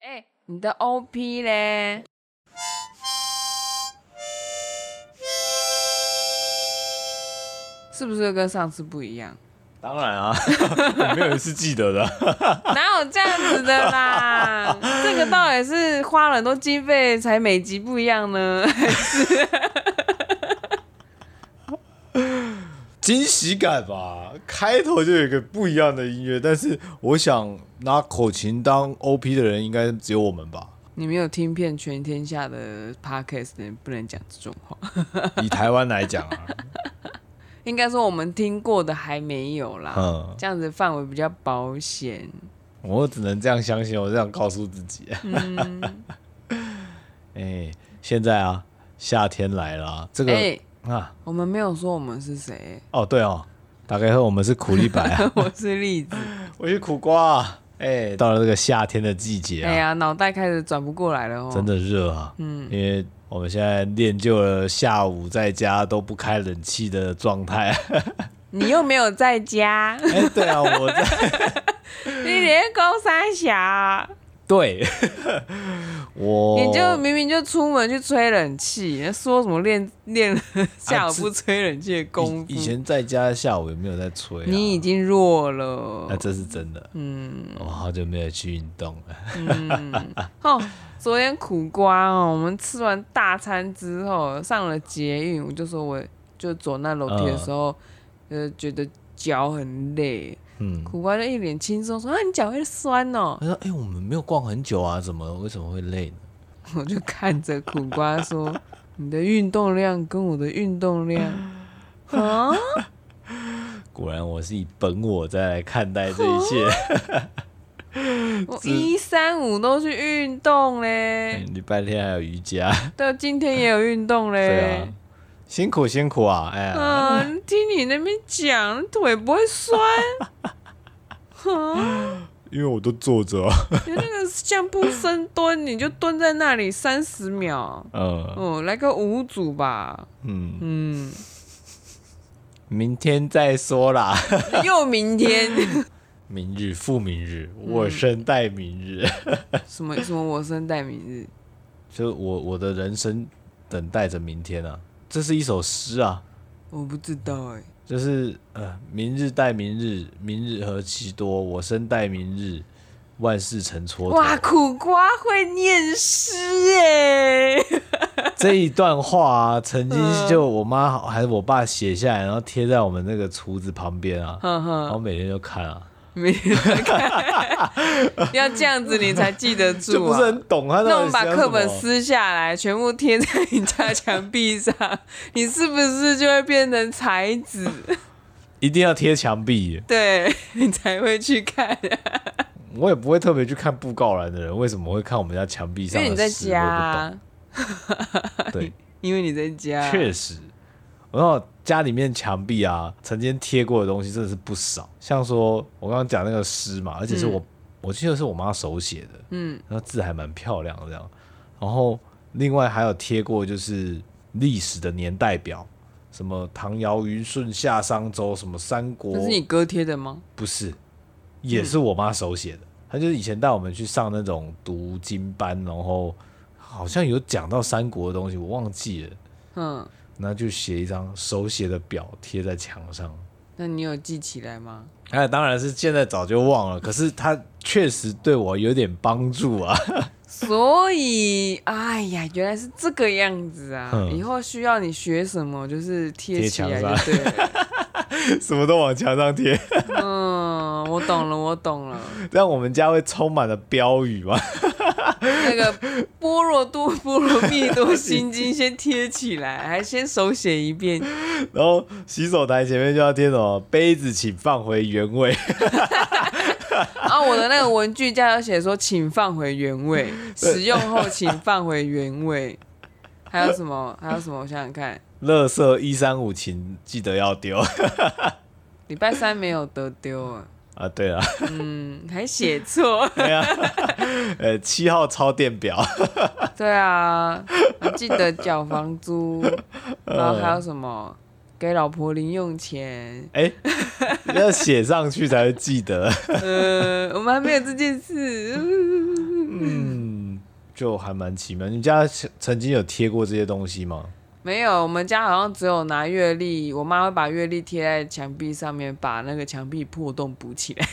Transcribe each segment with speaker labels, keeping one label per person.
Speaker 1: 哎、你的 OP 嘞？是不是跟上次不一样？
Speaker 2: 当然啊， 没有人是记得的。
Speaker 1: 哪有这样子的啦？这个到底是花了很多经费才每集不一样呢？
Speaker 2: 惊喜感吧，开头就有一个不一样的音乐，但是我想拿口琴当 OP 的人应该只有我们吧。
Speaker 1: 你没有听遍全天下的 podcast，你不能讲这种话。
Speaker 2: 以台湾来讲 啊，
Speaker 1: 应该说我们听过的还没有啦，
Speaker 2: 嗯
Speaker 1: 这样子范围比较保险。
Speaker 2: 我只能这样相信，我这样告诉自己。嗯 哎、现在啊，夏天来了啊，这个、
Speaker 1: 哎、
Speaker 2: 啊，
Speaker 1: 我们没有说我们是 谁，
Speaker 2: 哦对哦，打开后我们是苦力白啊，
Speaker 1: 我是栗子。
Speaker 2: 我是苦瓜、啊。哎、到了这个夏天的季节啊，
Speaker 1: 哎呀，脑袋开始转不过来了哦。
Speaker 2: 真的热啊，嗯，因为我们现在练就了下午在家都不开冷气的状态。
Speaker 1: 你又没有在 家，
Speaker 2: 哎、对啊，我在，
Speaker 1: 你连高三峡，
Speaker 2: 哦 对，我
Speaker 1: 你就明明就出门去吹冷气，说什么练练了下午不吹冷气的功夫？
Speaker 2: 以以前在家下午也没有在吹、啊，
Speaker 1: 你已经弱
Speaker 2: 那、
Speaker 1: 了。
Speaker 2: 这是真的，嗯，我好久没有去运动了，
Speaker 1: 哦，昨天苦瓜哦，我们吃完大餐之后上了捷运，我就说我就走那楼梯的时候，呃，觉得脚很累。
Speaker 2: 嗯，
Speaker 1: 苦瓜就一脸轻松说：“啊，你脚会酸哦。
Speaker 2: 他说，哎、我们没有逛很久啊，怎么为什么会累呢？”
Speaker 1: 我就看着苦瓜说：“你的运动量跟我的运动量啊，
Speaker 2: 果然我是以本我在来看待这一切。
Speaker 1: 我一三五都去运动嘞，
Speaker 2: 礼拜天还有瑜伽，
Speaker 1: 到今天也有运动
Speaker 2: 对
Speaker 1: 嘞
Speaker 2: 啊。，辛苦辛苦啊，哎呀、
Speaker 1: 嗯，听你那边讲，腿不会酸，
Speaker 2: 因为我都坐着、啊，
Speaker 1: 你那个相扑深蹲，你就蹲在那里三十秒，
Speaker 2: 嗯
Speaker 1: 嗯，来个五组吧，
Speaker 2: 嗯，
Speaker 1: 嗯，
Speaker 2: 明天再说啦。
Speaker 1: 又明天
Speaker 2: 明日复明日，
Speaker 1: 嗯
Speaker 2: 我生待 明日，
Speaker 1: 什么什么我生待明日，
Speaker 2: 就是我我的人生等待着明天啊。这是一首诗啊，
Speaker 1: 我不知道哎、
Speaker 2: 就是呃，明日待明日，明日何其多，我生待明日，万事成蹉
Speaker 1: 哇，
Speaker 2: 跎。
Speaker 1: 苦瓜会念诗哎、
Speaker 2: 这一段话啊，曾
Speaker 1: 嗯
Speaker 2: 经就我妈还是我爸写下来，然后贴在我们那个橱子旁边啊，
Speaker 1: 呵
Speaker 2: 然
Speaker 1: 呵，
Speaker 2: 后每天就看啊，
Speaker 1: 没人看， 要这样子你才记得
Speaker 2: 就
Speaker 1: 住
Speaker 2: 不
Speaker 1: 啊
Speaker 2: 是。很懂他
Speaker 1: 那
Speaker 2: 到
Speaker 1: 我
Speaker 2: 底
Speaker 1: 们把
Speaker 2: 想
Speaker 1: 课本
Speaker 2: 什么
Speaker 1: 撕下来，全部贴在你家墙壁上，你是不是就会变成才子？
Speaker 2: 一定要贴墙壁。
Speaker 1: 对你才会去看，
Speaker 2: 我也不会特别去看布告栏的人，为什么会看我们家墙壁
Speaker 1: 因
Speaker 2: 上的
Speaker 1: 为你
Speaker 2: 诗？
Speaker 1: 在家
Speaker 2: 我
Speaker 1: 啊，
Speaker 2: 也不 懂。对，
Speaker 1: 因为你在家，
Speaker 2: 确实，然后家里面墙壁啊，曾经贴过的东西真的是不少，像说我刚刚讲那个诗嘛，而且是我、我记得是我妈手写的，
Speaker 1: 嗯，
Speaker 2: 然后字还蛮漂亮的这样。然后另外还有贴过就是历史的年代表，什么唐尧、虞舜、夏商周，什么三国，
Speaker 1: 那是你哥贴的吗？
Speaker 2: 不是，也是我妈手写的。她就是以前带我们去上那种读经班，然后好像有讲到三国的东西，我忘记了。
Speaker 1: 嗯，
Speaker 2: 然后就写一张手写的表贴在墙上。
Speaker 1: 那你有记起来吗？
Speaker 2: 哎，当然是现在早就忘了，可是它确实对我有点帮助啊。
Speaker 1: 所以，哎呀，原来是这个样子啊！
Speaker 2: 嗯
Speaker 1: 以后需要你学什么，就是贴
Speaker 2: 贴
Speaker 1: 起
Speaker 2: 墙
Speaker 1: 来
Speaker 2: 上
Speaker 1: 就对了。
Speaker 2: 什么都往墙上贴，
Speaker 1: 嗯，我懂了，我懂了。
Speaker 2: 让我们家会充满了标语嘛。
Speaker 1: 那个般若多波罗蜜多心经先贴起来，还先手写一遍。
Speaker 2: 然后洗手台前面就要贴什么杯子请放回原位，
Speaker 1: 然后啊我的那个文具架要写说，请放回原位，使用后请放回原位。还有什么？还有什么？我想想看，
Speaker 2: 垃圾一三五请记得要丢
Speaker 1: 礼拜三没有得丢啊，
Speaker 2: 啊。对了，
Speaker 1: 嗯，还写错。
Speaker 2: 呃，七号超电表。。
Speaker 1: 对啊，我记得缴房租，然后还有什么给老婆零用钱
Speaker 2: 哎、要写上去才会记得。
Speaker 1: 呃，我们还没有这件事。
Speaker 2: 嗯，就还蛮奇妙。你家曾曾经有贴过这些东西吗？
Speaker 1: 没有，我们家好像只有拿月历，我妈会把月历贴在墙壁上面，把那个墙壁破洞补起来。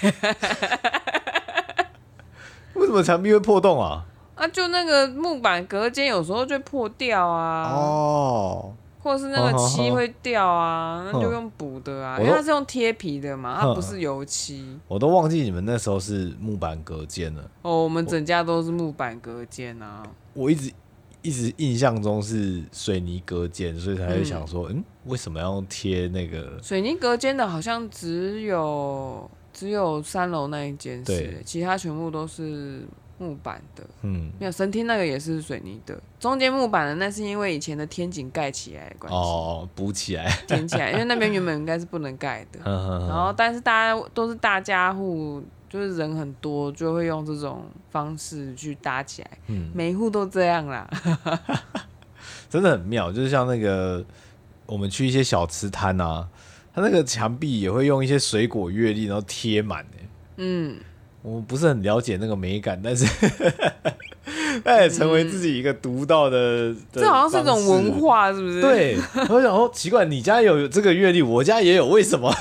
Speaker 2: 为什么墙壁会破洞啊？
Speaker 1: 啊，就那个木板隔间有时候就会破掉啊，
Speaker 2: 哦，
Speaker 1: 或者是那个漆会掉啊，那就用补的啊，因为
Speaker 2: 我
Speaker 1: 它
Speaker 2: 都
Speaker 1: 是用贴皮的嘛，它
Speaker 2: 哼
Speaker 1: 不是油漆。
Speaker 2: 我都忘记你们那时候是木板隔间了。
Speaker 1: 哦，我们整家都是木板隔间啊。
Speaker 2: 我一直一直印象中是水泥隔间，所以才会想说，嗯为什么要贴那个？
Speaker 1: 水泥隔间的好像只有只有三楼那一间是
Speaker 2: 对，
Speaker 1: 其他全部都是木板的。
Speaker 2: 嗯，
Speaker 1: 没有神厅那个也是水泥的，中间木板的那是因为以前的天井盖起来的关系，
Speaker 2: 哦，补起来。
Speaker 1: 填起来，因为那边原本应该是不能盖的。然
Speaker 2: 然
Speaker 1: 后，但是大家都是大家户，就是人很多，就会用这种方式去搭起来，
Speaker 2: 嗯，
Speaker 1: 每一户都这样啦。
Speaker 2: 真的很妙，就是像那个我们去一些小吃摊啊，它那个墙壁也会用一些水果月历，然后贴满诶。
Speaker 1: 嗯，
Speaker 2: 我不是很了解那个美感，但是 它也成为自己一个独到的。的
Speaker 1: 这好像是一
Speaker 2: 方
Speaker 1: 种
Speaker 2: 式
Speaker 1: 文。化，是不是？，
Speaker 2: 对，我想说奇怪，你家有这个阅历，我家也有，为 什么？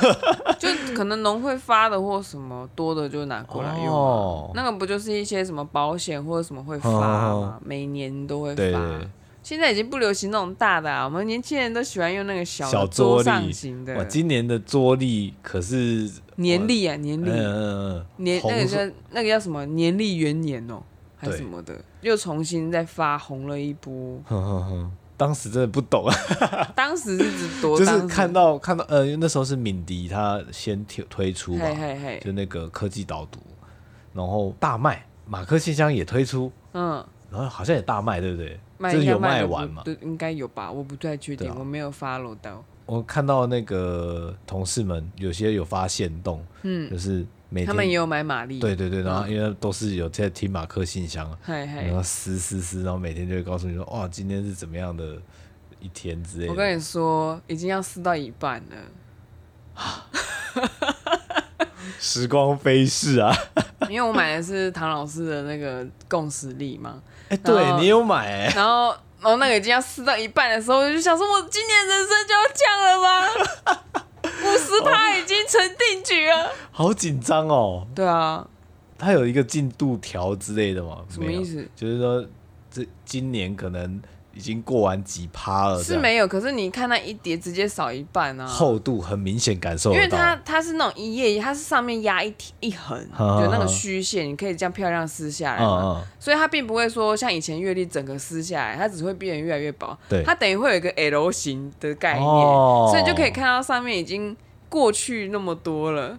Speaker 1: 就可能农会发的或什么多的就拿过来用、
Speaker 2: 哦
Speaker 1: 啊。那个不就是一些什么保险或者什么会发
Speaker 2: 哦
Speaker 1: 吗？每年都会
Speaker 2: 对
Speaker 1: 发。现在已经不流行那种大的、啊，我们年轻人都喜欢用那个小
Speaker 2: 小
Speaker 1: 的
Speaker 2: 桌
Speaker 1: 桌上
Speaker 2: 立
Speaker 1: 型
Speaker 2: 哇，
Speaker 1: 的
Speaker 2: 今年的桌历可是
Speaker 1: 年历啊，年
Speaker 2: 嗯
Speaker 1: 历。
Speaker 2: 嗯嗯
Speaker 1: 年那
Speaker 2: 红
Speaker 1: 个
Speaker 2: 色
Speaker 1: 叫那个叫什么年历元年哦、还是
Speaker 2: 对。
Speaker 1: 什么的，又重新再发红了一波
Speaker 2: 哼哼哼，当时真的不懂，
Speaker 1: 当时是指多，
Speaker 2: 就是
Speaker 1: 当时
Speaker 2: 看，到看到呃，那时候是敏迪他先推推出嘛
Speaker 1: 嘿，嘿嘿，
Speaker 2: 就那个科技导读，然后大卖，马克信箱也推出，
Speaker 1: 嗯，
Speaker 2: 然后好像也大卖，对不对？
Speaker 1: 卖
Speaker 2: 就是
Speaker 1: 应该
Speaker 2: 有卖
Speaker 1: 得不
Speaker 2: 完嘛
Speaker 1: 对，应该有吧，我不太确
Speaker 2: 对
Speaker 1: 定
Speaker 2: 啊，
Speaker 1: 我没有 follow 到。
Speaker 2: 我看到那个同事们有些有发现动，
Speaker 1: 嗯，
Speaker 2: 就是每
Speaker 1: 他们也
Speaker 2: 天
Speaker 1: 有买玛丽，
Speaker 2: 对，对对，然后
Speaker 1: 嗯
Speaker 2: 因为都是有在听马克信箱，啊
Speaker 1: 嘿
Speaker 2: 然
Speaker 1: 嘿
Speaker 2: 后。撕撕撕，然后每天就会告诉你说，哇，今天是怎么样的一天之类的。
Speaker 1: 我跟你说，已经要撕到一半了。
Speaker 2: 时光飞 逝啊！
Speaker 1: 因为我买的是唐老师的那个共识力嘛，
Speaker 2: 哎、对
Speaker 1: 后
Speaker 2: 你有买、欸，
Speaker 1: 然后然后那个已经要撕到一半的时候，我就想说，我今年人生就要这样了吗？ 五十趴已经成定局了。
Speaker 2: 好紧张哦。
Speaker 1: 对啊，
Speaker 2: 它有一个进度条之类的吗？
Speaker 1: 什么
Speaker 2: 没有
Speaker 1: 意思？
Speaker 2: 就是说这今年可能已经过完几趴了，这
Speaker 1: 是
Speaker 2: 样
Speaker 1: 没有，可是你看那一叠直接少一半啊，
Speaker 2: 厚度很明显感受
Speaker 1: 因
Speaker 2: 得到。
Speaker 1: 为它它是那种一页，它是上面压一提一 横，
Speaker 2: 啊
Speaker 1: 有那个虚线，你可以这样漂亮撕下来嘛，
Speaker 2: 嗯嗯，
Speaker 1: 所以它并不会说像以前阅历整个撕下来，它只会变得越来越薄，
Speaker 2: 对
Speaker 1: 它等于会有一个 L 型的概念，
Speaker 2: 哦
Speaker 1: 所以就可以看到上面已经过去那么多 了。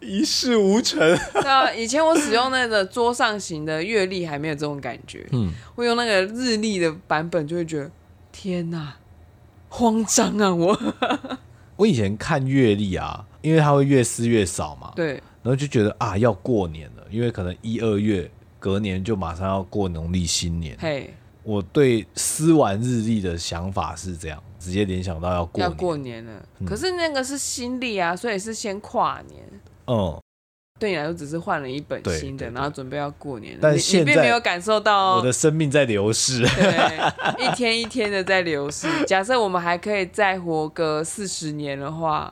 Speaker 2: 一事无成。
Speaker 1: 对啊，以前我使用那个桌上型的月历还没有这种感觉，
Speaker 2: 嗯，
Speaker 1: 我用那个日历的版本就会觉得天哪、慌张啊我。
Speaker 2: 我以前看月历啊，因为它会越撕越少嘛，
Speaker 1: 对，
Speaker 2: 然后就觉得啊要过年了，因为可能一二月隔年就马上要过农历新年。
Speaker 1: 嘿，
Speaker 2: 我对撕完日历的想法是这样，直接联想到要过
Speaker 1: 要
Speaker 2: 年。
Speaker 1: 过年了，可是那个是新历啊，所以是先跨年。
Speaker 2: 嗯，
Speaker 1: 对你来说只是换了一本
Speaker 2: 对
Speaker 1: 新的，
Speaker 2: 对对
Speaker 1: 然后准备要过年了，
Speaker 2: 但
Speaker 1: 你
Speaker 2: 现
Speaker 1: 你并
Speaker 2: 在
Speaker 1: 没有感受到哦
Speaker 2: 我的生命在流逝。
Speaker 1: 对，一天一天的在流逝。假设我们还可以再活个四十年的 话，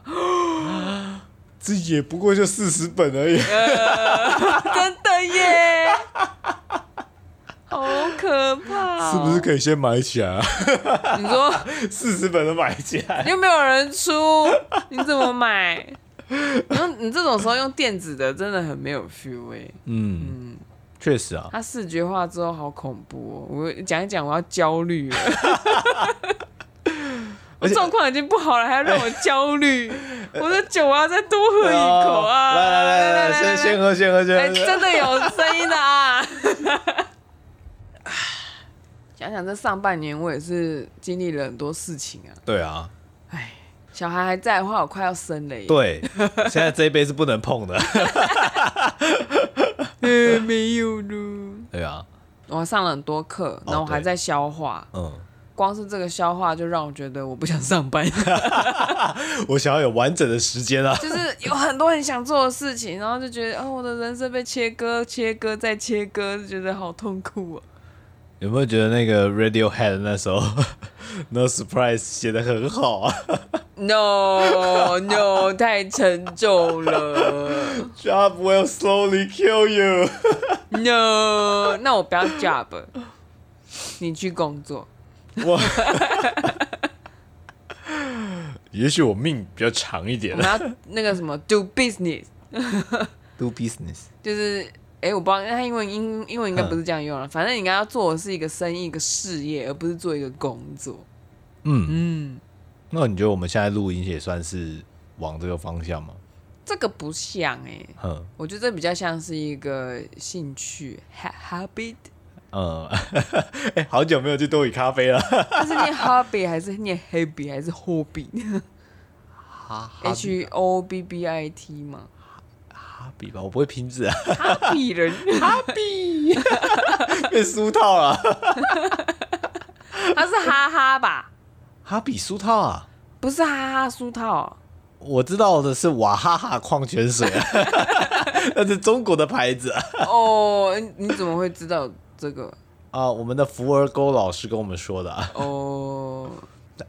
Speaker 2: 这也不过就四十本而已。
Speaker 1: 真的耶，好可怕、哦
Speaker 2: 是不是？可以先买起来、啊？
Speaker 1: 你说
Speaker 2: 四十本都买起来？
Speaker 1: 又没有人出，你怎么买？ 然后你这种时候用电子的真的很没有 feel 哎、
Speaker 2: 嗯，确实啊。
Speaker 1: 它视觉化之后好恐怖哦！我讲一讲，我要焦虑 了。我
Speaker 2: 而且哎
Speaker 1: 状况已经不好了，还要让我焦虑？我的酒啊，再多喝一口啊！
Speaker 2: 哦来来来来，先先喝，先喝，
Speaker 1: 哎，
Speaker 2: 先喝。
Speaker 1: 真的有声音的啊！ 想想这上半年，我也是经历了很多事情啊。
Speaker 2: 对啊，
Speaker 1: 哎，小孩还在的话，我快要生了耶。
Speaker 2: 对，现在这一杯是不能碰的。
Speaker 1: 呃，没有了。
Speaker 2: 对啊，哦
Speaker 1: 我上了很多课，然后我还在消化。
Speaker 2: 嗯，
Speaker 1: 光是这个消化就让我觉得我不想上班，
Speaker 2: 我想要有完整的时间啊。
Speaker 1: 就是有很多很想做的事情，然后就觉得哦，我的人生被切割、切割再切割，就觉得好痛苦哦。
Speaker 2: 有没有觉得那个 Radiohead 那首 No Surprise 写的很好啊？
Speaker 1: No No，太沉重了。
Speaker 2: Job will slowly kill you 。
Speaker 1: No，那我不要 job，你去工作。
Speaker 2: 我，也许我命比较长一点
Speaker 1: 我们。要那个什么 do business，
Speaker 2: Do business，
Speaker 1: 就是哎、诶我不知道，他英文英英文应该不是这样用啊了。反正你应该要做的是一个生意、一个事业，而不是做一个工作。
Speaker 2: 嗯
Speaker 1: 嗯，
Speaker 2: 那你觉得我们现在录音也算是往这个方向吗？
Speaker 1: 这个不像哎、诶
Speaker 2: 嗯
Speaker 1: 我觉得这比较像是一个兴趣 ha- habit，
Speaker 2: 嗯， 哎、好久没有去多语咖啡了。
Speaker 1: 它是念 hobby 还是念 hobby 还是 hobby？H
Speaker 2: 哈
Speaker 1: O B B I T 嘛，
Speaker 2: 哈比吧，我不会拼字啊。
Speaker 1: 哈比人，
Speaker 2: 哈比， 变苏套了。
Speaker 1: 他是哈哈吧？
Speaker 2: 哈比苏套啊，
Speaker 1: 不是哈哈苏套哦、
Speaker 2: 我知道的是娃哈哈矿泉水、 啊，那是中国的牌子啊。
Speaker 1: 哦，你怎么会知道这个？
Speaker 2: 啊，我们的福尔沟老师跟我们说的啊。
Speaker 1: 哦，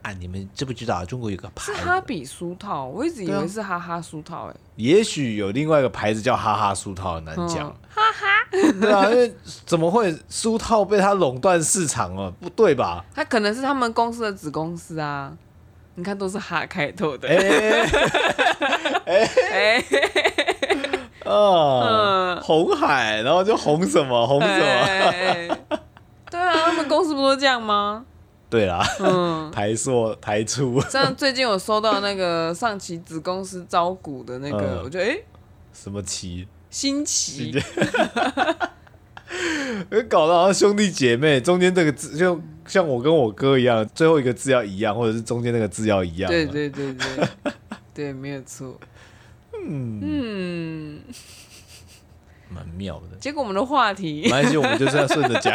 Speaker 2: 啊，你们知不知道中国有个
Speaker 1: 是
Speaker 2: 牌
Speaker 1: 哈
Speaker 2: 子？
Speaker 1: 比苏套，我一直以
Speaker 2: 对啊
Speaker 1: 为是哈哈苏套、欸，
Speaker 2: 也许有另外一个牌子叫哈哈苏套，很难讲。
Speaker 1: 嗯
Speaker 2: 哈哈， 对啊，因为怎么会苏套被他垄断市场哦、不 对吧？
Speaker 1: 它可能是他们公司的子公司啊。你看都是哈开头的，
Speaker 2: 哎、
Speaker 1: 哎、
Speaker 2: 啊，红海，然后就红什么红什么？
Speaker 1: 嗯哎哎哎 对啊，他们公司不都这样吗？
Speaker 2: 对啦，
Speaker 1: 嗯，
Speaker 2: 台塑台出
Speaker 1: 像最近我收到那个上期子公司招股的那个，
Speaker 2: 嗯
Speaker 1: 我觉得哎、
Speaker 2: 什么旗，
Speaker 1: 新奇，
Speaker 2: 搞得好像兄弟姐妹中间这个字就像我跟我哥一样，最后一个字要一样，或者是中间那个字要一样。啊
Speaker 1: 对对对对对，没有错。嗯
Speaker 2: 蛮妙的。
Speaker 1: 结果我们的话题
Speaker 2: 没，关系，我们就这样顺 着讲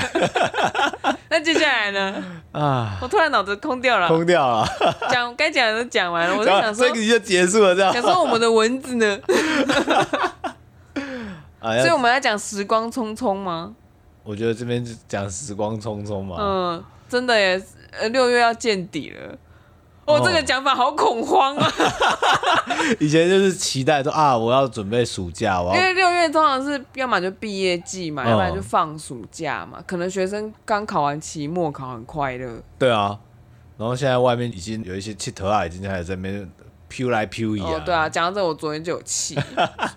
Speaker 1: 那接下来呢？
Speaker 2: 啊，
Speaker 1: 我突然脑子空掉了，
Speaker 2: 空掉了，
Speaker 1: 讲该讲的都讲完了，我在
Speaker 2: 然后
Speaker 1: 想说
Speaker 2: 这个，就结束了，这样
Speaker 1: 想。说我们的文字呢？
Speaker 2: 哎
Speaker 1: 所以
Speaker 2: 呀，
Speaker 1: 我们要讲时光匆匆吗？
Speaker 2: 我觉得这边就讲时光匆匆嘛，
Speaker 1: 嗯，真的耶，呃，六月要见底了。哦，
Speaker 2: 哦
Speaker 1: 这个讲法好恐慌啊！
Speaker 2: 以前就是期待说啊，我要准备暑假，我
Speaker 1: 因
Speaker 2: 要
Speaker 1: 为六月通常是要么就毕业季嘛，
Speaker 2: 嗯
Speaker 1: 要不然就放暑假嘛。可能学生刚考完期末考很快乐，
Speaker 2: 对啊，然后现在外面已经有一些气头啊，已经开始在那边飘来飘去
Speaker 1: 哦，对啊，，讲到这我昨天就有气，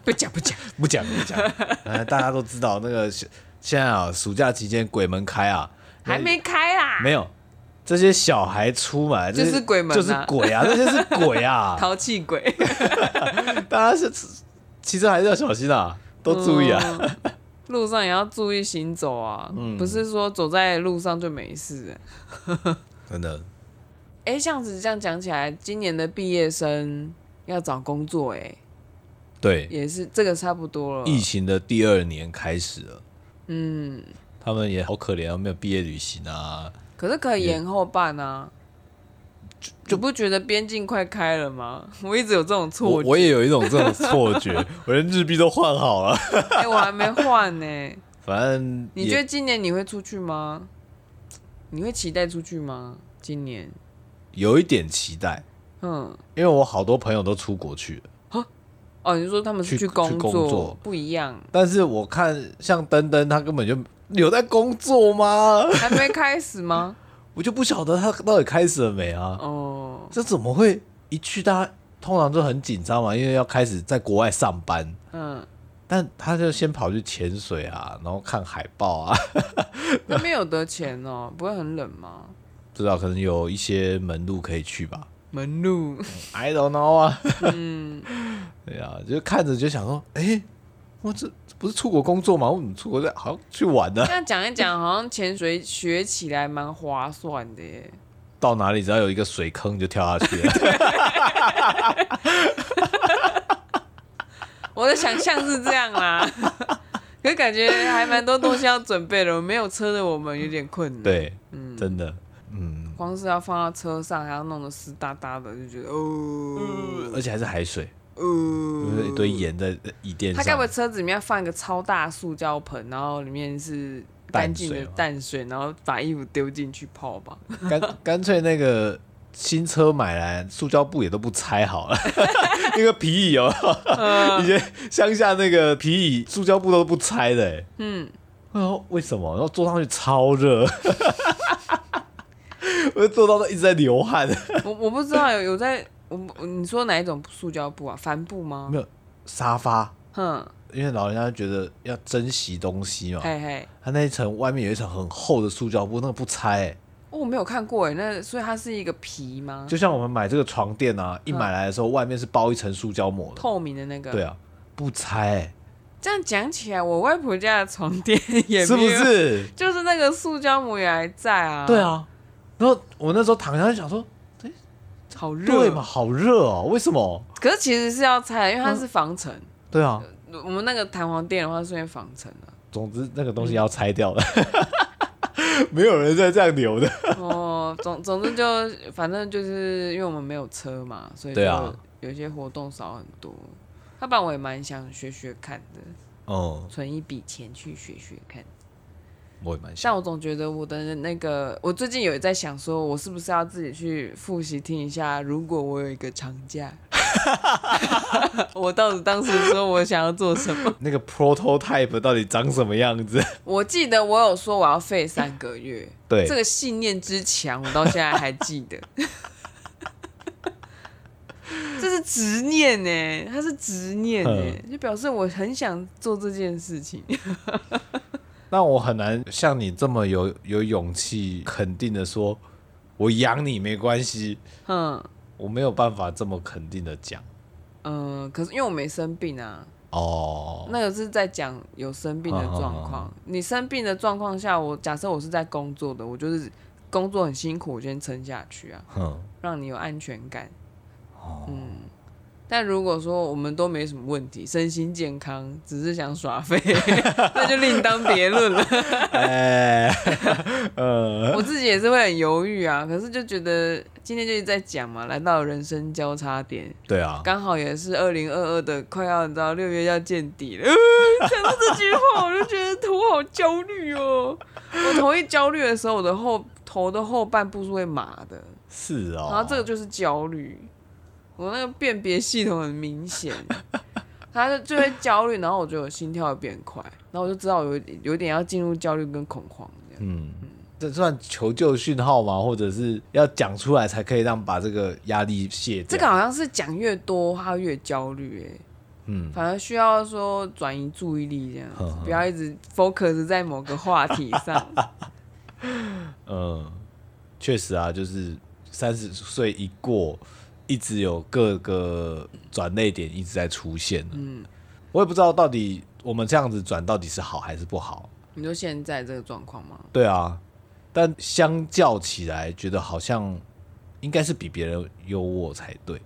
Speaker 1: 不讲不讲，
Speaker 2: 不讲不 讲，哎大家都知道那个现现在啊，暑假期间鬼门开啊，
Speaker 1: 还没开啦，
Speaker 2: 没有这些小孩出门这 些
Speaker 1: 就是鬼门啊
Speaker 2: 就是鬼啊，这些是鬼 啊，
Speaker 1: 淘气鬼，
Speaker 2: 大家是其实还是要小心啊，都注意啊，
Speaker 1: 嗯路上也要注意行走啊，不是说走在路上就没事了。
Speaker 2: 真的，
Speaker 1: 哎、这样子这样讲起来，今年的毕业生要找工作、哎，
Speaker 2: 对，
Speaker 1: 也是这个差不多了。
Speaker 2: 疫情的第二年开始了，
Speaker 1: 嗯，
Speaker 2: 他们也好可怜啊，没有毕业旅行啊，
Speaker 1: 可是可以延后办啊。你不觉得边境快开了吗？ 我一直有这种
Speaker 2: 我
Speaker 1: 错觉，
Speaker 2: 我也有一种这种错 觉，我连日币都换好了，
Speaker 1: 哎、我还没换呢、
Speaker 2: 反正
Speaker 1: 你
Speaker 2: 也
Speaker 1: 觉得今年你会出去吗？你会期待出去吗？今年，
Speaker 2: 有一点期待，
Speaker 1: 嗯，
Speaker 2: 因为我好多朋友都出国去了。
Speaker 1: 哦，你说他们是
Speaker 2: 去
Speaker 1: 去工
Speaker 2: 去工作
Speaker 1: 不一样，
Speaker 2: 但是我看像登登，他根本就有在工作吗？
Speaker 1: 还没开始吗？
Speaker 2: 我就不晓得他到底开始了没啊？
Speaker 1: 哦，
Speaker 2: 这怎么会一去大家通常都很紧张嘛，因为要开始在国外上班，
Speaker 1: 嗯，
Speaker 2: 但他就先跑去潜水啊，然后看海报啊，
Speaker 1: 那边有得钱哦，不会很冷吗？
Speaker 2: 不知道可能有一些门路可以去吧
Speaker 1: 门 路，
Speaker 2: ，I don't know 啊。
Speaker 1: 嗯，
Speaker 2: 对啊，就看着就想说，哎、我这这不是出国工作吗？我怎么出国在好像去 玩呢、
Speaker 1: 这样讲一讲，好像潜水学起来蛮划算的耶。
Speaker 2: 到哪里只要有一个水坑就跳下去了。
Speaker 1: 我的想象是这样啦，可是感觉还蛮多东西要准备的。没有车的我们有点困难。，
Speaker 2: 对，真的，嗯，
Speaker 1: 光是要放到车上，还要弄得湿哒哒的，就觉得哦，
Speaker 2: 而且还是海水，就是一
Speaker 1: 呃，
Speaker 2: 堆盐在椅垫
Speaker 1: 他该不会。
Speaker 2: 上
Speaker 1: 车子里面放一个超大塑胶盆，然后里面是干净
Speaker 2: 淡
Speaker 1: 的
Speaker 2: 水
Speaker 1: 淡水，
Speaker 2: 吗
Speaker 1: 然后把衣服丢进去泡吧？
Speaker 2: 干干脆那个新车买来，塑胶布也都不拆好了，那个皮椅哦，以前乡下那个皮椅塑胶布都不拆的、欸，嗯，然后为什么？然后坐上去超热， 我就坐到都一直在流汗，
Speaker 1: 我我不知道有有在我我你说哪一种塑胶布啊？帆布吗
Speaker 2: 没？有沙发，
Speaker 1: 哼，
Speaker 2: 因为老人家觉得要珍惜东西嘛，
Speaker 1: 嘿嘿，
Speaker 2: 它那一层外面有一层很厚的塑胶布，那个不拆、欸，
Speaker 1: 哦，我没有看过哎，那所以它是一个皮吗？
Speaker 2: 就像我们买这个床垫啊，一买来的时候外面是包一层塑胶膜的，
Speaker 1: 透明的那个。
Speaker 2: 对啊，不拆、欸。
Speaker 1: 这样讲起来，我外婆家的床垫也
Speaker 2: 是
Speaker 1: 没
Speaker 2: 不
Speaker 1: 有，
Speaker 2: 是？
Speaker 1: 就是那个塑胶膜也还在啊？
Speaker 2: 对，啊。然后我那时候躺下就想说，
Speaker 1: 好热
Speaker 2: 对嘛，？好热哦，为什么？
Speaker 1: 可是其实是要拆的，因为它是防尘。
Speaker 2: 对啊，
Speaker 1: 我们那个弹簧垫的话，是因为防尘啊的、
Speaker 2: 总之那个东西要拆掉了， 没有人在这样留的。
Speaker 1: 哦，总总之就反正就是因为我们没有车嘛，所以就
Speaker 2: 对啊
Speaker 1: 有些活动少很多。要不然我也蛮想学学看的，
Speaker 2: 嗯，
Speaker 1: 存一笔钱去学学看。
Speaker 2: 我也蛮想。
Speaker 1: 但我总觉得我的那个，我最近有在想，说我是不是要自己去复习听一下？如果我有一个长假， 我到底当时说我想要做什么？
Speaker 2: 那个 prototype 到底长什么样子？
Speaker 1: 我记得我有说我要废三个月，
Speaker 2: 对，
Speaker 1: 这个信念之强，我到现在还记得。 这是执念呢、它是执念呢、就表示我很想做这件事情。
Speaker 2: 那我很难像你这么有有勇气，肯定的说，我养你没关系。
Speaker 1: 嗯
Speaker 2: 我没有办法这么肯定的讲。
Speaker 1: 嗯、呃可是因为我没生病啊，
Speaker 2: 哦，
Speaker 1: 那个是在讲有生病的状
Speaker 2: 好好
Speaker 1: 况。你生病的状况下，我假设我是在工作的，我就是工作很辛苦，我先撑下去啊，
Speaker 2: 哼，
Speaker 1: 让你有安全感。嗯
Speaker 2: 哦，
Speaker 1: 但如果说我们都没什么问题，身心健康，只是想耍 废，那就另当别论了。
Speaker 2: 哎， 呃，
Speaker 1: 我自己也是会很犹豫啊，可是就觉得今天就是在讲嘛，来到人生交叉点，
Speaker 2: 对啊，
Speaker 1: 刚好也是二零二二的快要，你知道六月要见底了。 呃讲、到这句话，我就觉得头好焦虑哦。我头一焦虑的时候，我的后头的后半部是会麻的，
Speaker 2: 是哦。
Speaker 1: 然后这个就是焦虑。我那个辨别系统很明显，他就就会焦虑，然后我觉得我心跳会变快，然后我就知道我有有点要进入焦虑跟恐慌这样。
Speaker 2: 嗯，这算求救讯号吗？或者是要讲出来才可以让把这个压力卸掉？
Speaker 1: 这个好像是讲越多，他越焦虑哎、
Speaker 2: 嗯，
Speaker 1: 反而需要说转移注意力这样
Speaker 2: 呵
Speaker 1: 子
Speaker 2: 呵，
Speaker 1: 不要一直 focus 在某个话题上。
Speaker 2: 嗯，确实啊，就是三十岁一过，一直有各个转类点一直在出现。嗯，我也不知道到底我们这样子转到底是好还是不好。
Speaker 1: 你说现在这个状况吗？
Speaker 2: 对啊，但相较起来，觉得好像应该是比别人优渥才对。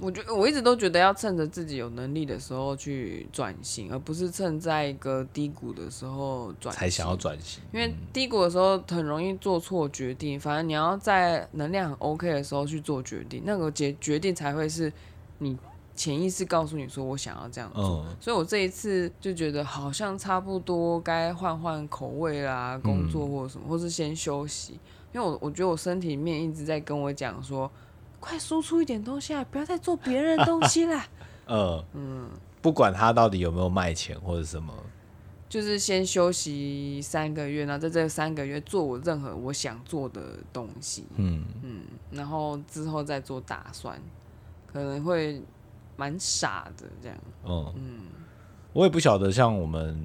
Speaker 1: 我觉我一直都觉得要趁着自己有能力的时候去转型，而不是趁在一个低谷的时候转型
Speaker 2: 才想要。嗯转型，
Speaker 1: 因为低谷的时候很容易做错决定，反正你要在能量很 OK 的时候去做决定，那个决决定才会是你潜意识告诉你说我想要这样做。
Speaker 2: 嗯，
Speaker 1: 所以我这一次就觉得好像差不多该换换口味啦，工作或者什么，或是先休息，因为我我觉得我身体里面一直在跟我讲说，快输出一点东西啊，不要再做别人的东西啦，
Speaker 2: 呃，
Speaker 1: 嗯
Speaker 2: 不管他到底有没有卖钱或者什么，
Speaker 1: 就是先休息三个月，然后在这三个月做我任何我想做的东西，
Speaker 2: 嗯，
Speaker 1: 然后之后再做打算，可能会蛮傻的这样，
Speaker 2: 嗯我也不晓得，像我们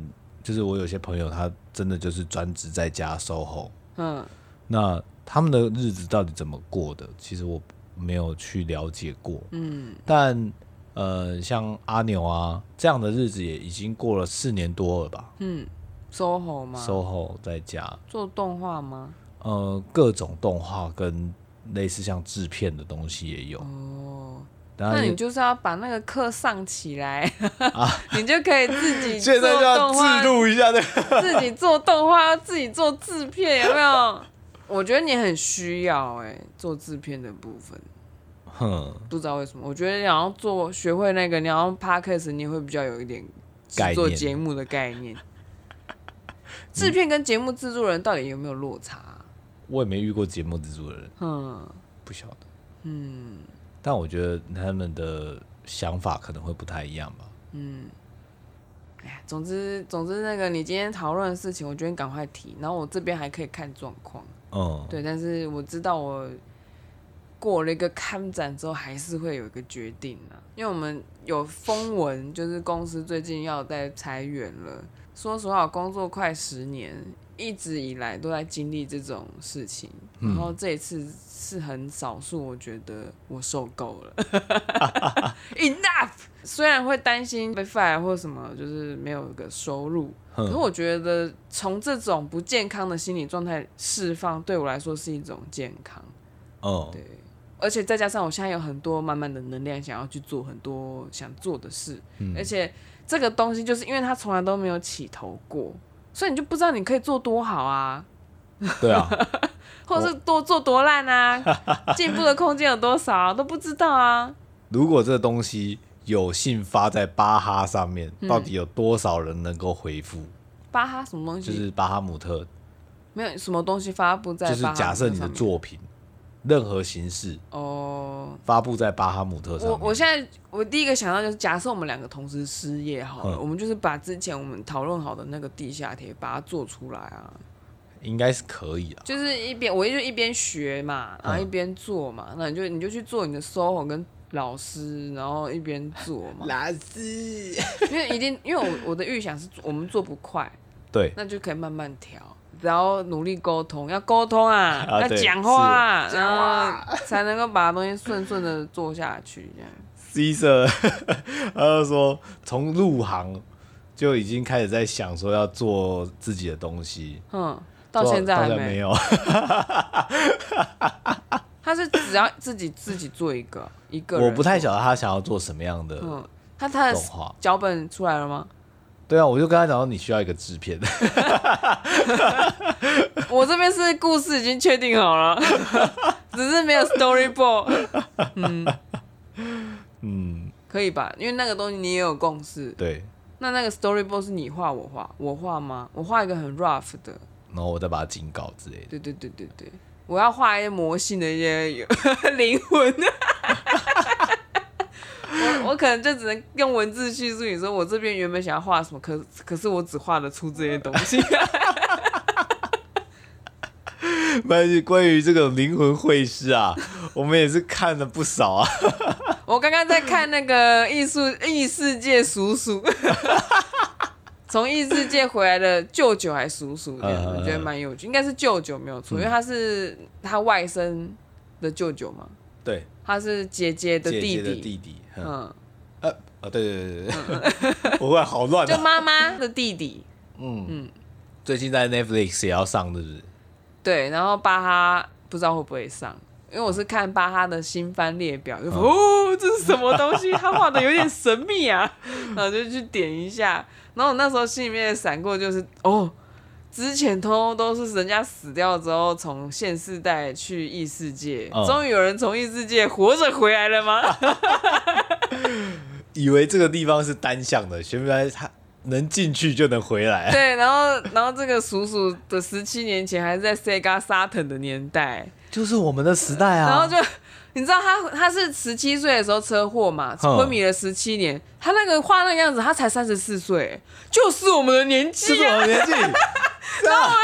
Speaker 2: 就是我有些朋友，他真的就是专职在家售后，
Speaker 1: 嗯，
Speaker 2: 那他们的日子到底怎么过的？其实我没有去了解过，嗯，但呃，像阿牛啊这样的日子也已经过了四年多了吧，
Speaker 1: 嗯收喉吗？
Speaker 2: 售后在家，
Speaker 1: 做动画吗？
Speaker 2: 呃，各种动画跟类似像制片的东西也有，
Speaker 1: 哦。
Speaker 2: 当
Speaker 1: 那
Speaker 2: 然
Speaker 1: 你就是要把那个课上起来， 你就可以自己做
Speaker 2: 啊现在就
Speaker 1: 动
Speaker 2: 要
Speaker 1: 画
Speaker 2: 自，录一下这个。
Speaker 1: 自己做动画，自己做制片，有没有？我觉得你很需要哎、做制片的部分，
Speaker 2: 哼，
Speaker 1: 不知道为什么，我觉得你要做学会那个，你要 podcast，你会比较有一点
Speaker 2: 概念
Speaker 1: 制
Speaker 2: 嗯
Speaker 1: 作节目的概念。 制片跟节目制作人到底有没有落差啊、
Speaker 2: 我也没遇过节目制作人，
Speaker 1: 嗯，
Speaker 2: 不晓得。嗯，但我觉得他们的想法可能会不太一样吧。
Speaker 1: 哎呀，总之总之那个你今天讨论的事情，我觉得你赶快提，然后我这边还可以看状况。
Speaker 2: 嗯，
Speaker 1: 对，但是我知道我过了一个看展之后，还是会有一个决定啊，因为我们有风闻，就是公司最近要在裁员了。说实话，我工作快十年，一直以来都在经历这种事情，然后这一次是很少数，我觉得我受够了 ，enough。虽然会担心被 fire 或什么，就是没有一个收入，可是
Speaker 2: 哼，
Speaker 1: 我觉得从这种不健康的心理状态释放，对我来说是一种健康，
Speaker 2: 嗯，
Speaker 1: 而且再加上我现在有很多满满的能量，想要去做很多想做的事，
Speaker 2: 嗯
Speaker 1: 而且这个东西就是因为它从来都没有起头过，所以你就不知道你可以做多好啊，
Speaker 2: 对啊，
Speaker 1: 或者是多做多烂啊， 进步的空间有多少啊、都不知道啊。
Speaker 2: 如果这东西有幸发在巴哈上面，
Speaker 1: 嗯
Speaker 2: 到底有多少人能够回复？
Speaker 1: 巴哈什么东西？
Speaker 2: 就是巴哈姆特，
Speaker 1: 没有什么东西发布在巴
Speaker 2: 就是
Speaker 1: 哈
Speaker 2: 假设你的
Speaker 1: 上面
Speaker 2: 作品，任何形式
Speaker 1: 哦。
Speaker 2: 发布在巴哈姆特上
Speaker 1: 我
Speaker 2: 面，
Speaker 1: 我现在我第一个想到就是，假设我们两个同时失业好了，
Speaker 2: 嗯
Speaker 1: 我们就是把之前我们讨论好的那个地下铁把它做出来啊，
Speaker 2: 应该是可以啊。
Speaker 1: 就是一边我就一边学
Speaker 2: 嗯
Speaker 1: 嘛，然后一边做嘛，那你就你就去做你的 SOHO 跟老师，然后一边做嘛，
Speaker 2: 拉丝，
Speaker 1: 因为一定因为我我的预想是我们做不快，
Speaker 2: 对，
Speaker 1: 那就可以慢慢调。然后努力沟通，要沟通啊，
Speaker 2: 啊
Speaker 1: 要
Speaker 2: 对
Speaker 1: 讲话啊，然后才能够把东西顺顺的做下去，这样。
Speaker 2: Caesar，他 就说从入行就已经开始在想说要做自己的东西，
Speaker 1: 嗯，到现在
Speaker 2: 到
Speaker 1: 还
Speaker 2: 现
Speaker 1: 没
Speaker 2: 在没有。
Speaker 1: 他是只要自己自己做一 个一个人，
Speaker 2: 我不太晓得他想要做什么样的
Speaker 1: 嗯，他他的
Speaker 2: 动画。
Speaker 1: 脚本出来了吗？
Speaker 2: 对啊，我就跟他讲说你需要一个制片，
Speaker 1: 我这边是故事已经确定好 了，只是没有 storyboard，
Speaker 2: 嗯，
Speaker 1: 可以吧？因为那个东西你也有共识。
Speaker 2: 对，
Speaker 1: 那那个 storyboard 是你画我画我画吗？我画一个很 rough 的，
Speaker 2: 然后我再把它精稿之类的。
Speaker 1: 对对对对对，我要画一些魔性的一些 灵魂。 我我可能就只能用文字叙述你说我这边原本想要画什么，可可是我只画得出这些 东西。
Speaker 2: 但是关于这种灵魂会师啊， 我们也是看了不少啊。
Speaker 1: 我刚刚在看那个艺术异世界叔叔， 从异世界回来的舅舅还叔叔这样，
Speaker 2: 嗯嗯嗯嗯
Speaker 1: 我觉得蛮有趣，应该是舅舅没有错，因为他是他外甥的舅舅嘛，
Speaker 2: 对，
Speaker 1: 他是姐姐的
Speaker 2: 姐
Speaker 1: 弟
Speaker 2: 姐的
Speaker 1: 弟，
Speaker 2: 弟弟，嗯，
Speaker 1: 嗯，
Speaker 2: 呃，啊，对对对对对， 我会好乱
Speaker 1: 就
Speaker 2: 啊。
Speaker 1: 妈妈的弟弟，
Speaker 2: 最近在 Netflix 也要上，是不是？
Speaker 1: 对，然后巴哈不知道会不会上。因为我是看巴哈的新番列表，就哦，这是什么东西？他画的有点神秘啊，然后就去点一下。然后我那时候心里面闪过就是，哦，之前通通都是人家死掉之后从现世代去异世界
Speaker 2: 嗯，
Speaker 1: 终于有人从异世界活着回来了吗？
Speaker 2: 以为这个地方是单向的，原来他能进去就能回来。
Speaker 1: 对，然后然后这个叔叔的十七年前还是在 Sega Saturn 的年代，
Speaker 2: 就是我们的时代啊。
Speaker 1: 然后就你知道他他是十七岁的时候车祸嘛，
Speaker 2: 哼
Speaker 1: 昏迷了十七年。他那个画那个样子，他才三十四岁，就是我们的年
Speaker 2: 就是
Speaker 1: 纪啊，
Speaker 2: 啊我们年纪。然后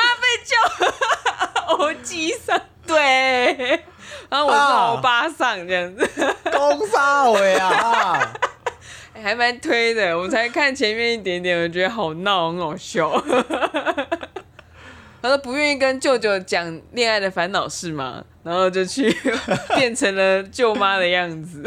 Speaker 1: 我记上对。然后我是
Speaker 2: 啊
Speaker 1: 欧巴桑这样子，
Speaker 2: 攻杀尾 啊！
Speaker 1: 哎还蛮推的。我才看前面一点点，我觉得好闹，很好笑。 他说不愿意跟舅舅讲恋爱的烦恼事嘛，然后就去 变成了舅妈的样子。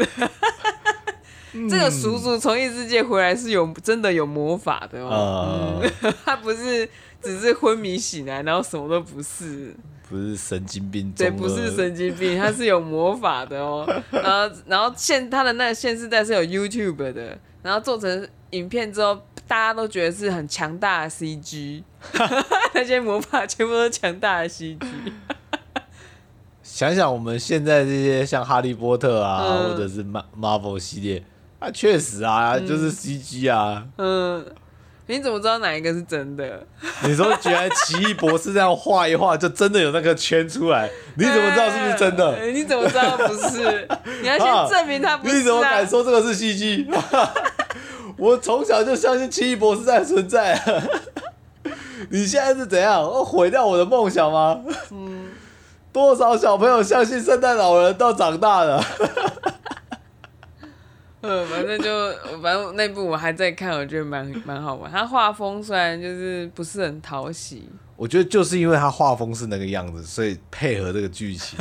Speaker 1: 这个叔叔从异世界回来是有真的有魔法的哦，
Speaker 2: 呃，
Speaker 1: 他不是只是昏迷醒来，然后什么都不是，
Speaker 2: 不是神经病，
Speaker 1: 对，不是，神经 病，他是有魔法的哦。然后，然后现他的那个现世代是有 YouTube 的，然后做成影片之后，大家都觉得是很 强大的 CG，那些魔法全部都是强大的 CG。
Speaker 2: 想想我们现在这些像哈利波特啊，
Speaker 1: 嗯
Speaker 2: 或者是 Ma- Marvel 系列，啊，确实啊，就是 CG 啊。
Speaker 1: 嗯，你怎么知道哪一个是真的？
Speaker 2: 你说觉得奇异博士这样画一画，就真的有那个圈出来？你怎么知道是不是真的？
Speaker 1: 哎 你怎么知道不是？你要先证明他不是、啊。
Speaker 2: 你怎么敢说这个是 CG？我从小就相信奇异博士在存在。 你现在是怎样？要毁掉我的梦想吗？多少小朋友相信圣诞老人到长大了？
Speaker 1: 嗯，反正就反正那部我还在看，我觉得蛮蛮好玩。他画风虽然就是不是很讨喜，
Speaker 2: 我觉得就是因为他画风是那个样子，所以配合这个剧情。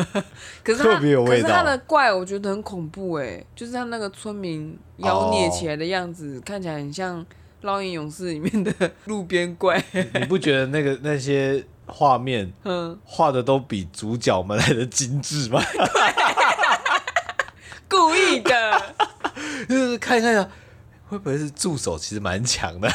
Speaker 1: 可是他
Speaker 2: 特别有味道
Speaker 1: 可是他的怪我觉得很恐怖哎、就是他那个村民妖孽起来的样
Speaker 2: 哦
Speaker 1: 子，看起来很像《烙印勇士》里面的 路边 怪。
Speaker 2: 你不觉得那个那些画面
Speaker 1: 嗯，
Speaker 2: 画的都比主角们来的精致吗？
Speaker 1: 故意的，
Speaker 2: 就是看一看啊，会不会是助手其实蛮强的？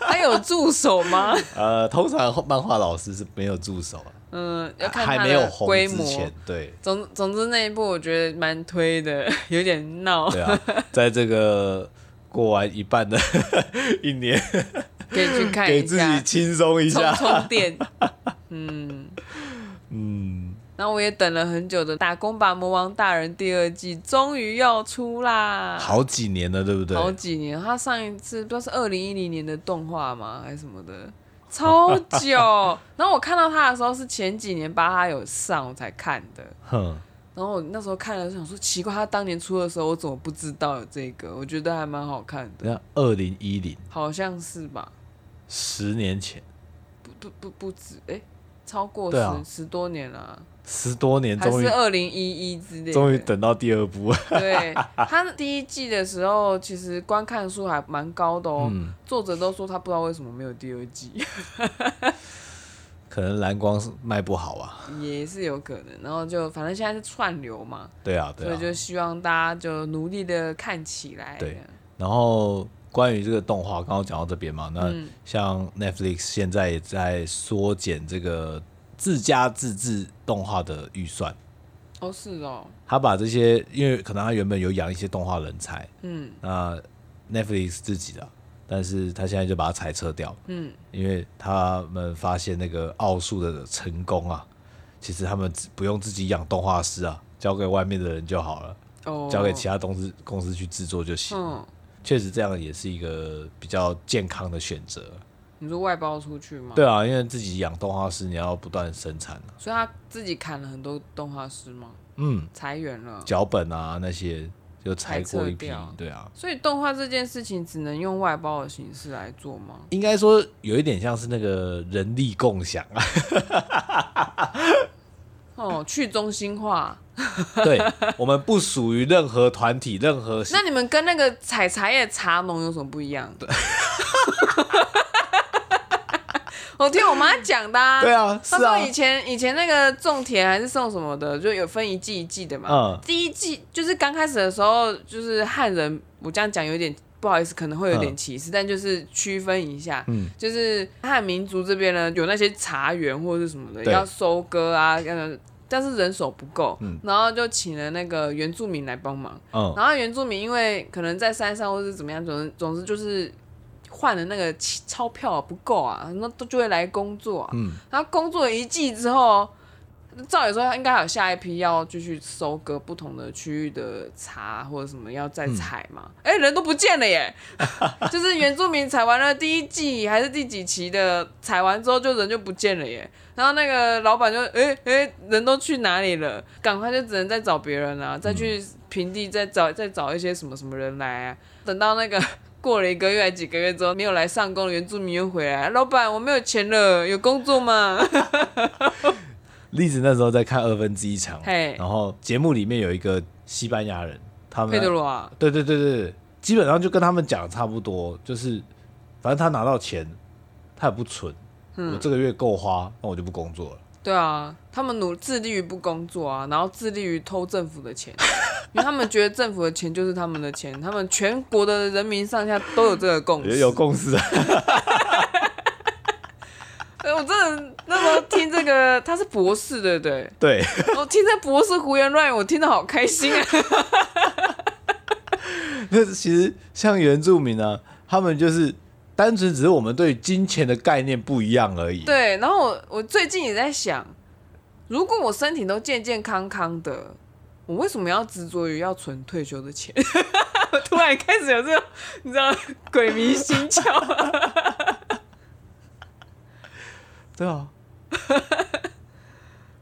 Speaker 1: 他有助手吗？
Speaker 2: 呃，通常漫画老师是没有助手啊。
Speaker 1: 嗯，要看
Speaker 2: 还
Speaker 1: 他
Speaker 2: 没有
Speaker 1: 的
Speaker 2: 红
Speaker 1: 规
Speaker 2: 之
Speaker 1: 模。
Speaker 2: 前，对
Speaker 1: 总总之那一部我觉得蛮推的， 有点闹，
Speaker 2: 对啊，在这个过完一半的 一年，
Speaker 1: 可以去看
Speaker 2: 给
Speaker 1: 一
Speaker 2: 自己
Speaker 1: 下，
Speaker 2: 轻松一
Speaker 1: 充
Speaker 2: 下。
Speaker 1: 充电。 嗯。
Speaker 2: 嗯，
Speaker 1: 然后我也等了很久的《打工吧魔王大人》第二季，终于要出啦！
Speaker 2: 好几年了，对不对？
Speaker 1: 好几年，他上一次不知道是二零一零年的动画吗，还是什么的，超久。 然后我看到他的时候是前几年巴哈有上我才看的，
Speaker 2: 哼，
Speaker 1: 然后我那时候看了想说奇怪，他当年出的时候我怎么不知道有这个？我觉得还蛮好看的，
Speaker 2: 那二零一零，
Speaker 1: 好像是吧？
Speaker 2: 十年前，
Speaker 1: 不不不不止，哎、超过十、
Speaker 2: 对啊
Speaker 1: 十多年了啊、
Speaker 2: 十多年，
Speaker 1: 还
Speaker 2: 终于
Speaker 1: 是二零一一之类的。
Speaker 2: 终于等到第二部。
Speaker 1: 对他第一季的时候，其实观看数还蛮高的哦。
Speaker 2: 嗯，
Speaker 1: 作者都说他不知道为什么没有第二季，
Speaker 2: 可能蓝光是卖不好啊。
Speaker 1: 也是有可能。然后就反正现在是串流嘛，
Speaker 2: 对啊，对
Speaker 1: 所以
Speaker 2: 啊。
Speaker 1: 就希望大家就努力的看起来。
Speaker 2: 对然后关于这个动画，刚刚讲到这边嘛，那
Speaker 1: 嗯
Speaker 2: 像 Netflix 现在也在缩减这个自家自制动画的预算。
Speaker 1: 哦是哦，
Speaker 2: 他把这些，因为可能他原本有养一些动画人才，
Speaker 1: 嗯
Speaker 2: 那 Netflix 自己的，但是他现在就把它裁撤掉，
Speaker 1: 嗯，
Speaker 2: 因为他们发现那个奥数的成功啊，其实他们只不用自己养动画师啊，交给外面的人就好了，
Speaker 1: 哦，
Speaker 2: 交给其他公司公司去制作就行。
Speaker 1: 嗯，
Speaker 2: 确实这样也是一个比较健康的选择。
Speaker 1: 你说外包出去吗？，
Speaker 2: 对啊，因为自己养动画师，你要不断生产啊，
Speaker 1: 所以他自己砍了很多动画师吗？
Speaker 2: 嗯，
Speaker 1: 裁员了。
Speaker 2: 脚本啊那些就裁
Speaker 1: 裁撤
Speaker 2: 过一批
Speaker 1: 掉，
Speaker 2: 对啊。
Speaker 1: 所以动画这件事情只能用外包的形式来做吗？
Speaker 2: 应该说有一点像是那个人力共享啊，
Speaker 1: 哦，去中心化。
Speaker 2: 对我们不属于任何团体、任何
Speaker 1: 那你们跟那个采茶叶茶农有什么不一样？ 我听我妈讲的、啊
Speaker 2: 对啊，是
Speaker 1: 她说
Speaker 2: 啊，
Speaker 1: 以前以前那个种田还是种什么的，就有分一季一季的嘛。
Speaker 2: 嗯
Speaker 1: 第一季就是刚开始的时候，就是汉人，我这样讲有点不好意思，可能会有点
Speaker 2: 嗯
Speaker 1: 歧视，但就是区分一下。
Speaker 2: 嗯，
Speaker 1: 就是汉民族这边呢，有那些茶园或者是什么的，
Speaker 2: 对
Speaker 1: 要收割啊，嗯，但是人手不够，
Speaker 2: 嗯
Speaker 1: 然后就请了那个原住民来帮忙。
Speaker 2: 嗯
Speaker 1: 然后原住民因为可能在山上或是怎么样，总之总之就是换的那个钱钞票啊不够啊，那都就会来工作、啊。
Speaker 2: 嗯，
Speaker 1: 然后工作一季之后，照理说应该还有下一批要继续收割不同的区域的茶或者什么要再
Speaker 2: 嗯
Speaker 1: 采嘛。哎、人都不见了 耶！就是原住民采完了第一季还是第几期的，采完之后就人就不见了耶。然后那个老板就哎哎、诶人都去哪里了？赶快就只能再找别人啊，再去平地再找再找一些什么什么人来啊。等到那个 过了一个月、还几个月之后，没有来上工的原住民又回来，啊老板我没有钱了，有工作吗？
Speaker 2: 栗子那时候在看二分之一场，
Speaker 1: 嘿
Speaker 2: 然后节目里面有一个西班牙人，他们
Speaker 1: 佩德罗啊，
Speaker 2: 对对对对，对基本上就跟他们讲差不多，就是反正他拿到钱，他也不存，我这个月够花，那我就不工作了。
Speaker 1: 对啊，他们努致力于不工作啊，然后致力于偷政府的钱， 因为他们觉得政府的钱就是他们的钱，他们全国的人民上下都有这个共
Speaker 2: 有
Speaker 1: 识。
Speaker 2: 有共识啊，
Speaker 1: 呃我真的那时候听这个，他是博士，对不对？
Speaker 2: 对，
Speaker 1: 我听这博士胡言乱语，我听得好开心 啊！
Speaker 2: 那其实像原住民啊，他们就是单纯只是我们对金钱的概念不一样而已。
Speaker 1: 对，然后我我最近也在想，如果我身体都健健康康的，我为什么要执着于要存退休的钱？ 我突然开始有这种你知道鬼迷心 窍，
Speaker 2: 对啊，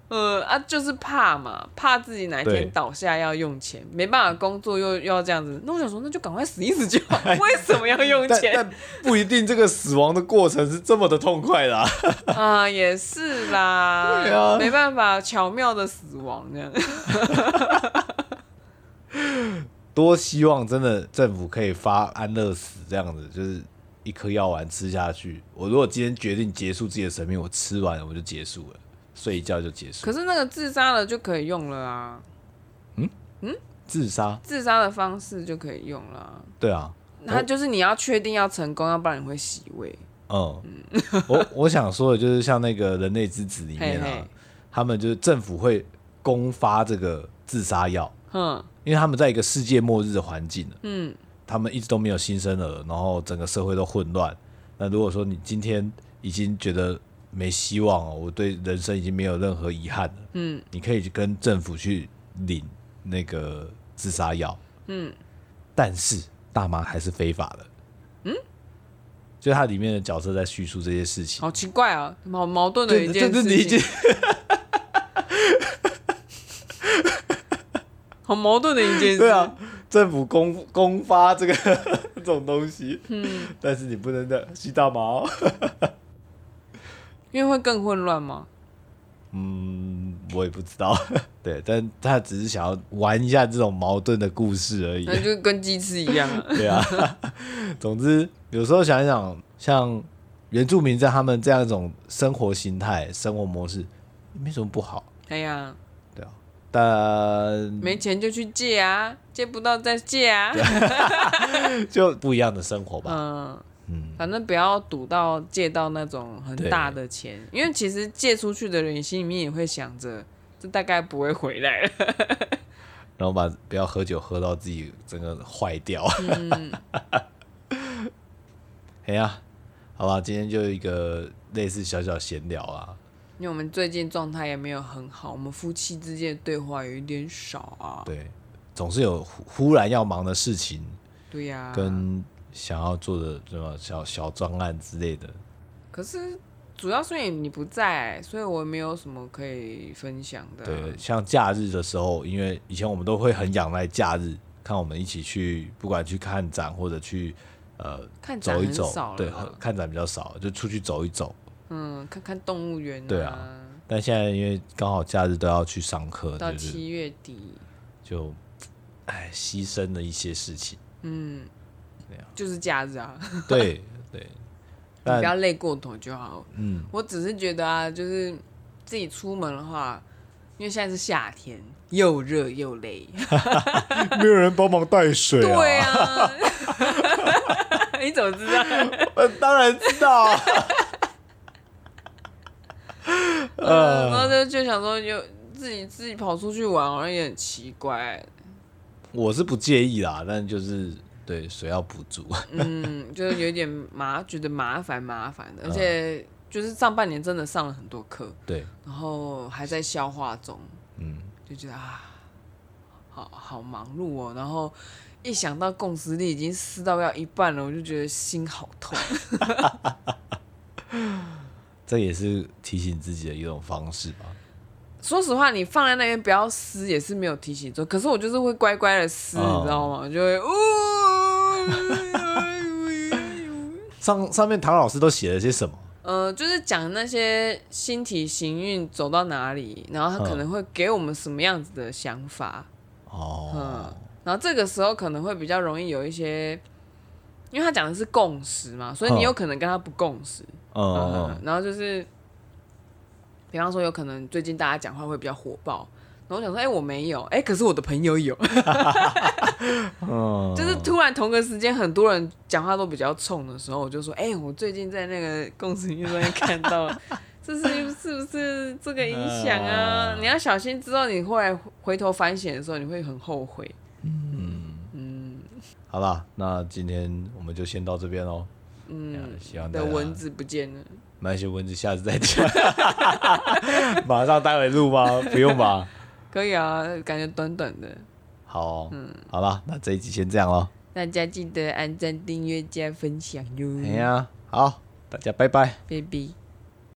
Speaker 1: 呃啊，就是怕嘛，怕自己哪一天
Speaker 2: 对
Speaker 1: 倒下要用钱，没办法工作又又要这样子。那我想说，那就赶快死一死就 好，为什么要用
Speaker 2: 但
Speaker 1: 钱
Speaker 2: 但不一定这个死亡的过程是这么的痛快啦、
Speaker 1: 啊、也是啦，
Speaker 2: 对啊
Speaker 1: 没办法，巧妙的死亡这样。
Speaker 2: 多希望真的政府可以发安乐死这样子，就是一颗药丸吃下去。我如果今天决定结束自己的生命，我吃完我就结束了，睡一觉就结束。
Speaker 1: 可是那个自杀了就可以用了啊，
Speaker 2: 自杀，
Speaker 1: 自杀的方式就可以用了啊、
Speaker 2: 对啊，
Speaker 1: 它就是你要确定要成功，要啊不然你会洗胃。
Speaker 2: 嗯，我我想说的就是像那个《人类之子》里面啊，
Speaker 1: 嘿嘿
Speaker 2: 他们就是政府会公发这个自杀药，
Speaker 1: 哼，
Speaker 2: 因为他们在一个世界末日的环境，
Speaker 1: 嗯，
Speaker 2: 他们一直都没有新生儿，然后整个社会都混乱。那如果说你今天已经觉得没希望哦，我对人生已经没有任何遗憾了，
Speaker 1: 嗯，
Speaker 2: 你可以去跟政府去领那个自杀药，嗯，但是大麻还是非法的，嗯，就它里面的角色在叙述这些事情，
Speaker 1: 好奇怪啊，好矛盾的
Speaker 2: 对，
Speaker 1: 一
Speaker 2: 这
Speaker 1: 件
Speaker 2: 这
Speaker 1: 事
Speaker 2: 已经
Speaker 1: 情，好矛盾的一件事。
Speaker 2: 对啊，，政府公公发这个 这种东西，嗯，但是你不能的吸大麻、哦，
Speaker 1: 因为会更混乱嘛。
Speaker 2: 嗯，我也不知道， 对，但他只是想要玩一下这种矛盾的故事而已，
Speaker 1: 那就跟鸡翅一样 啊。
Speaker 2: 对啊。总之，有时候想一想，像原住民在他们这样一种生活形态、生活模式，没什么不好，
Speaker 1: 哎呀，
Speaker 2: 对啊。但
Speaker 1: 没钱就去借啊，借不到再借啊。
Speaker 2: 就不一样的生活吧，
Speaker 1: 嗯，
Speaker 2: 嗯，
Speaker 1: 反正不要赌到借到那种很大的钱，因为其实借出去的人心里面也会想着，这大概不会回来了。
Speaker 2: 然后把不要喝酒喝到自己整个坏掉。 哎呀，好吧，今天就一个类似小小闲聊啊，
Speaker 1: 因为我们最近状态也没有很好，我们夫妻之间的对话有一点少啊。
Speaker 2: 对，总是有忽忽然要忙的事情，
Speaker 1: 对呀、
Speaker 2: 跟想要做的什么小小专案之类的，
Speaker 1: 可是主要是因为你不在，所以我没有什么可以分享的。
Speaker 2: 对，像假日的时候，因为以前我们都会很仰赖假日，看我们一起去，不管去看展或者去呃
Speaker 1: 看展
Speaker 2: 走一
Speaker 1: 很
Speaker 2: 走
Speaker 1: 少，
Speaker 2: 对
Speaker 1: 了，啦，
Speaker 2: 看展比较少，就出去走一走。
Speaker 1: 嗯，看看动物园、
Speaker 2: 对啊
Speaker 1: 啊，
Speaker 2: 但现在因为刚好假日都要去上课，
Speaker 1: 到
Speaker 2: 就是
Speaker 1: 七月底，
Speaker 2: 就哎牺牲了一些事 情，
Speaker 1: 嗯
Speaker 2: 对啊，
Speaker 1: 就是假日啊，
Speaker 2: 对对，
Speaker 1: 你不要
Speaker 2: 但
Speaker 1: 累过头就好。
Speaker 2: 嗯
Speaker 1: 我只是觉得啊，就是自己出门的话，因为现在是夏天，又热又累。
Speaker 2: 没有人帮忙带水
Speaker 1: 对啊， 你怎么知道？
Speaker 2: 我呃当然知道啊，
Speaker 1: 嗯，然后就就想说，有自己自己跑出去玩，好像也很奇怪。
Speaker 2: 我是不介意啦，但就是对水要补足，
Speaker 1: 嗯，就是有点麻，觉得麻烦麻烦的，而且就是上半年真的上了很多课，
Speaker 2: 对，
Speaker 1: 然后还在消化中，
Speaker 2: 嗯，
Speaker 1: 就觉得啊，好好忙碌哦。然后一想到共识力已经撕到要一半了，我就觉得心好痛。
Speaker 2: 这也是提醒自己的一种方式吧。
Speaker 1: 说实话，你放在那边不要撕也是没有提醒做，可是我就是会乖乖的撕，
Speaker 2: 哦
Speaker 1: 你知道吗？就会呜。
Speaker 2: 上上面唐老师都写了些什么？
Speaker 1: 呃，就是讲那些星体行运走到哪里，然后他可能会给我们什么样子的想法，嗯
Speaker 2: 哦，
Speaker 1: 然后这个时候可能会比较容易有一些，因为他讲的是共识嘛，所以
Speaker 2: 嗯
Speaker 1: 你有可能跟他不共识，嗯
Speaker 2: 嗯，
Speaker 1: 然后就是，比方说有可能最近大家讲话会比较火爆，然后我想说，哎、我没有，哎、可是我的朋友有，
Speaker 2: 嗯，
Speaker 1: 就是突然同个时间，很多人讲话都比较冲的时候，我就说，哎、我最近在那个共识运动上看到， 这是是不是这个影响啊？
Speaker 2: 嗯
Speaker 1: 你要小心，之后你后来回头反省的时候，你会很后悔。
Speaker 2: 好啦，那今天我们就先到这边喽。嗯
Speaker 1: 嗯，
Speaker 2: 希望大
Speaker 1: 的
Speaker 2: 家
Speaker 1: 蚊子不见了，
Speaker 2: 买一些蚊子，下次再讲。 马上待会录吗？不用吧。
Speaker 1: 可以啊，感觉短短的。
Speaker 2: 好哦、好啦，那这一集先这样喽。
Speaker 1: 大家记得按赞、订阅、加分享哟，
Speaker 2: 哎哎呀，好，大家拜拜。
Speaker 1: 拜拜。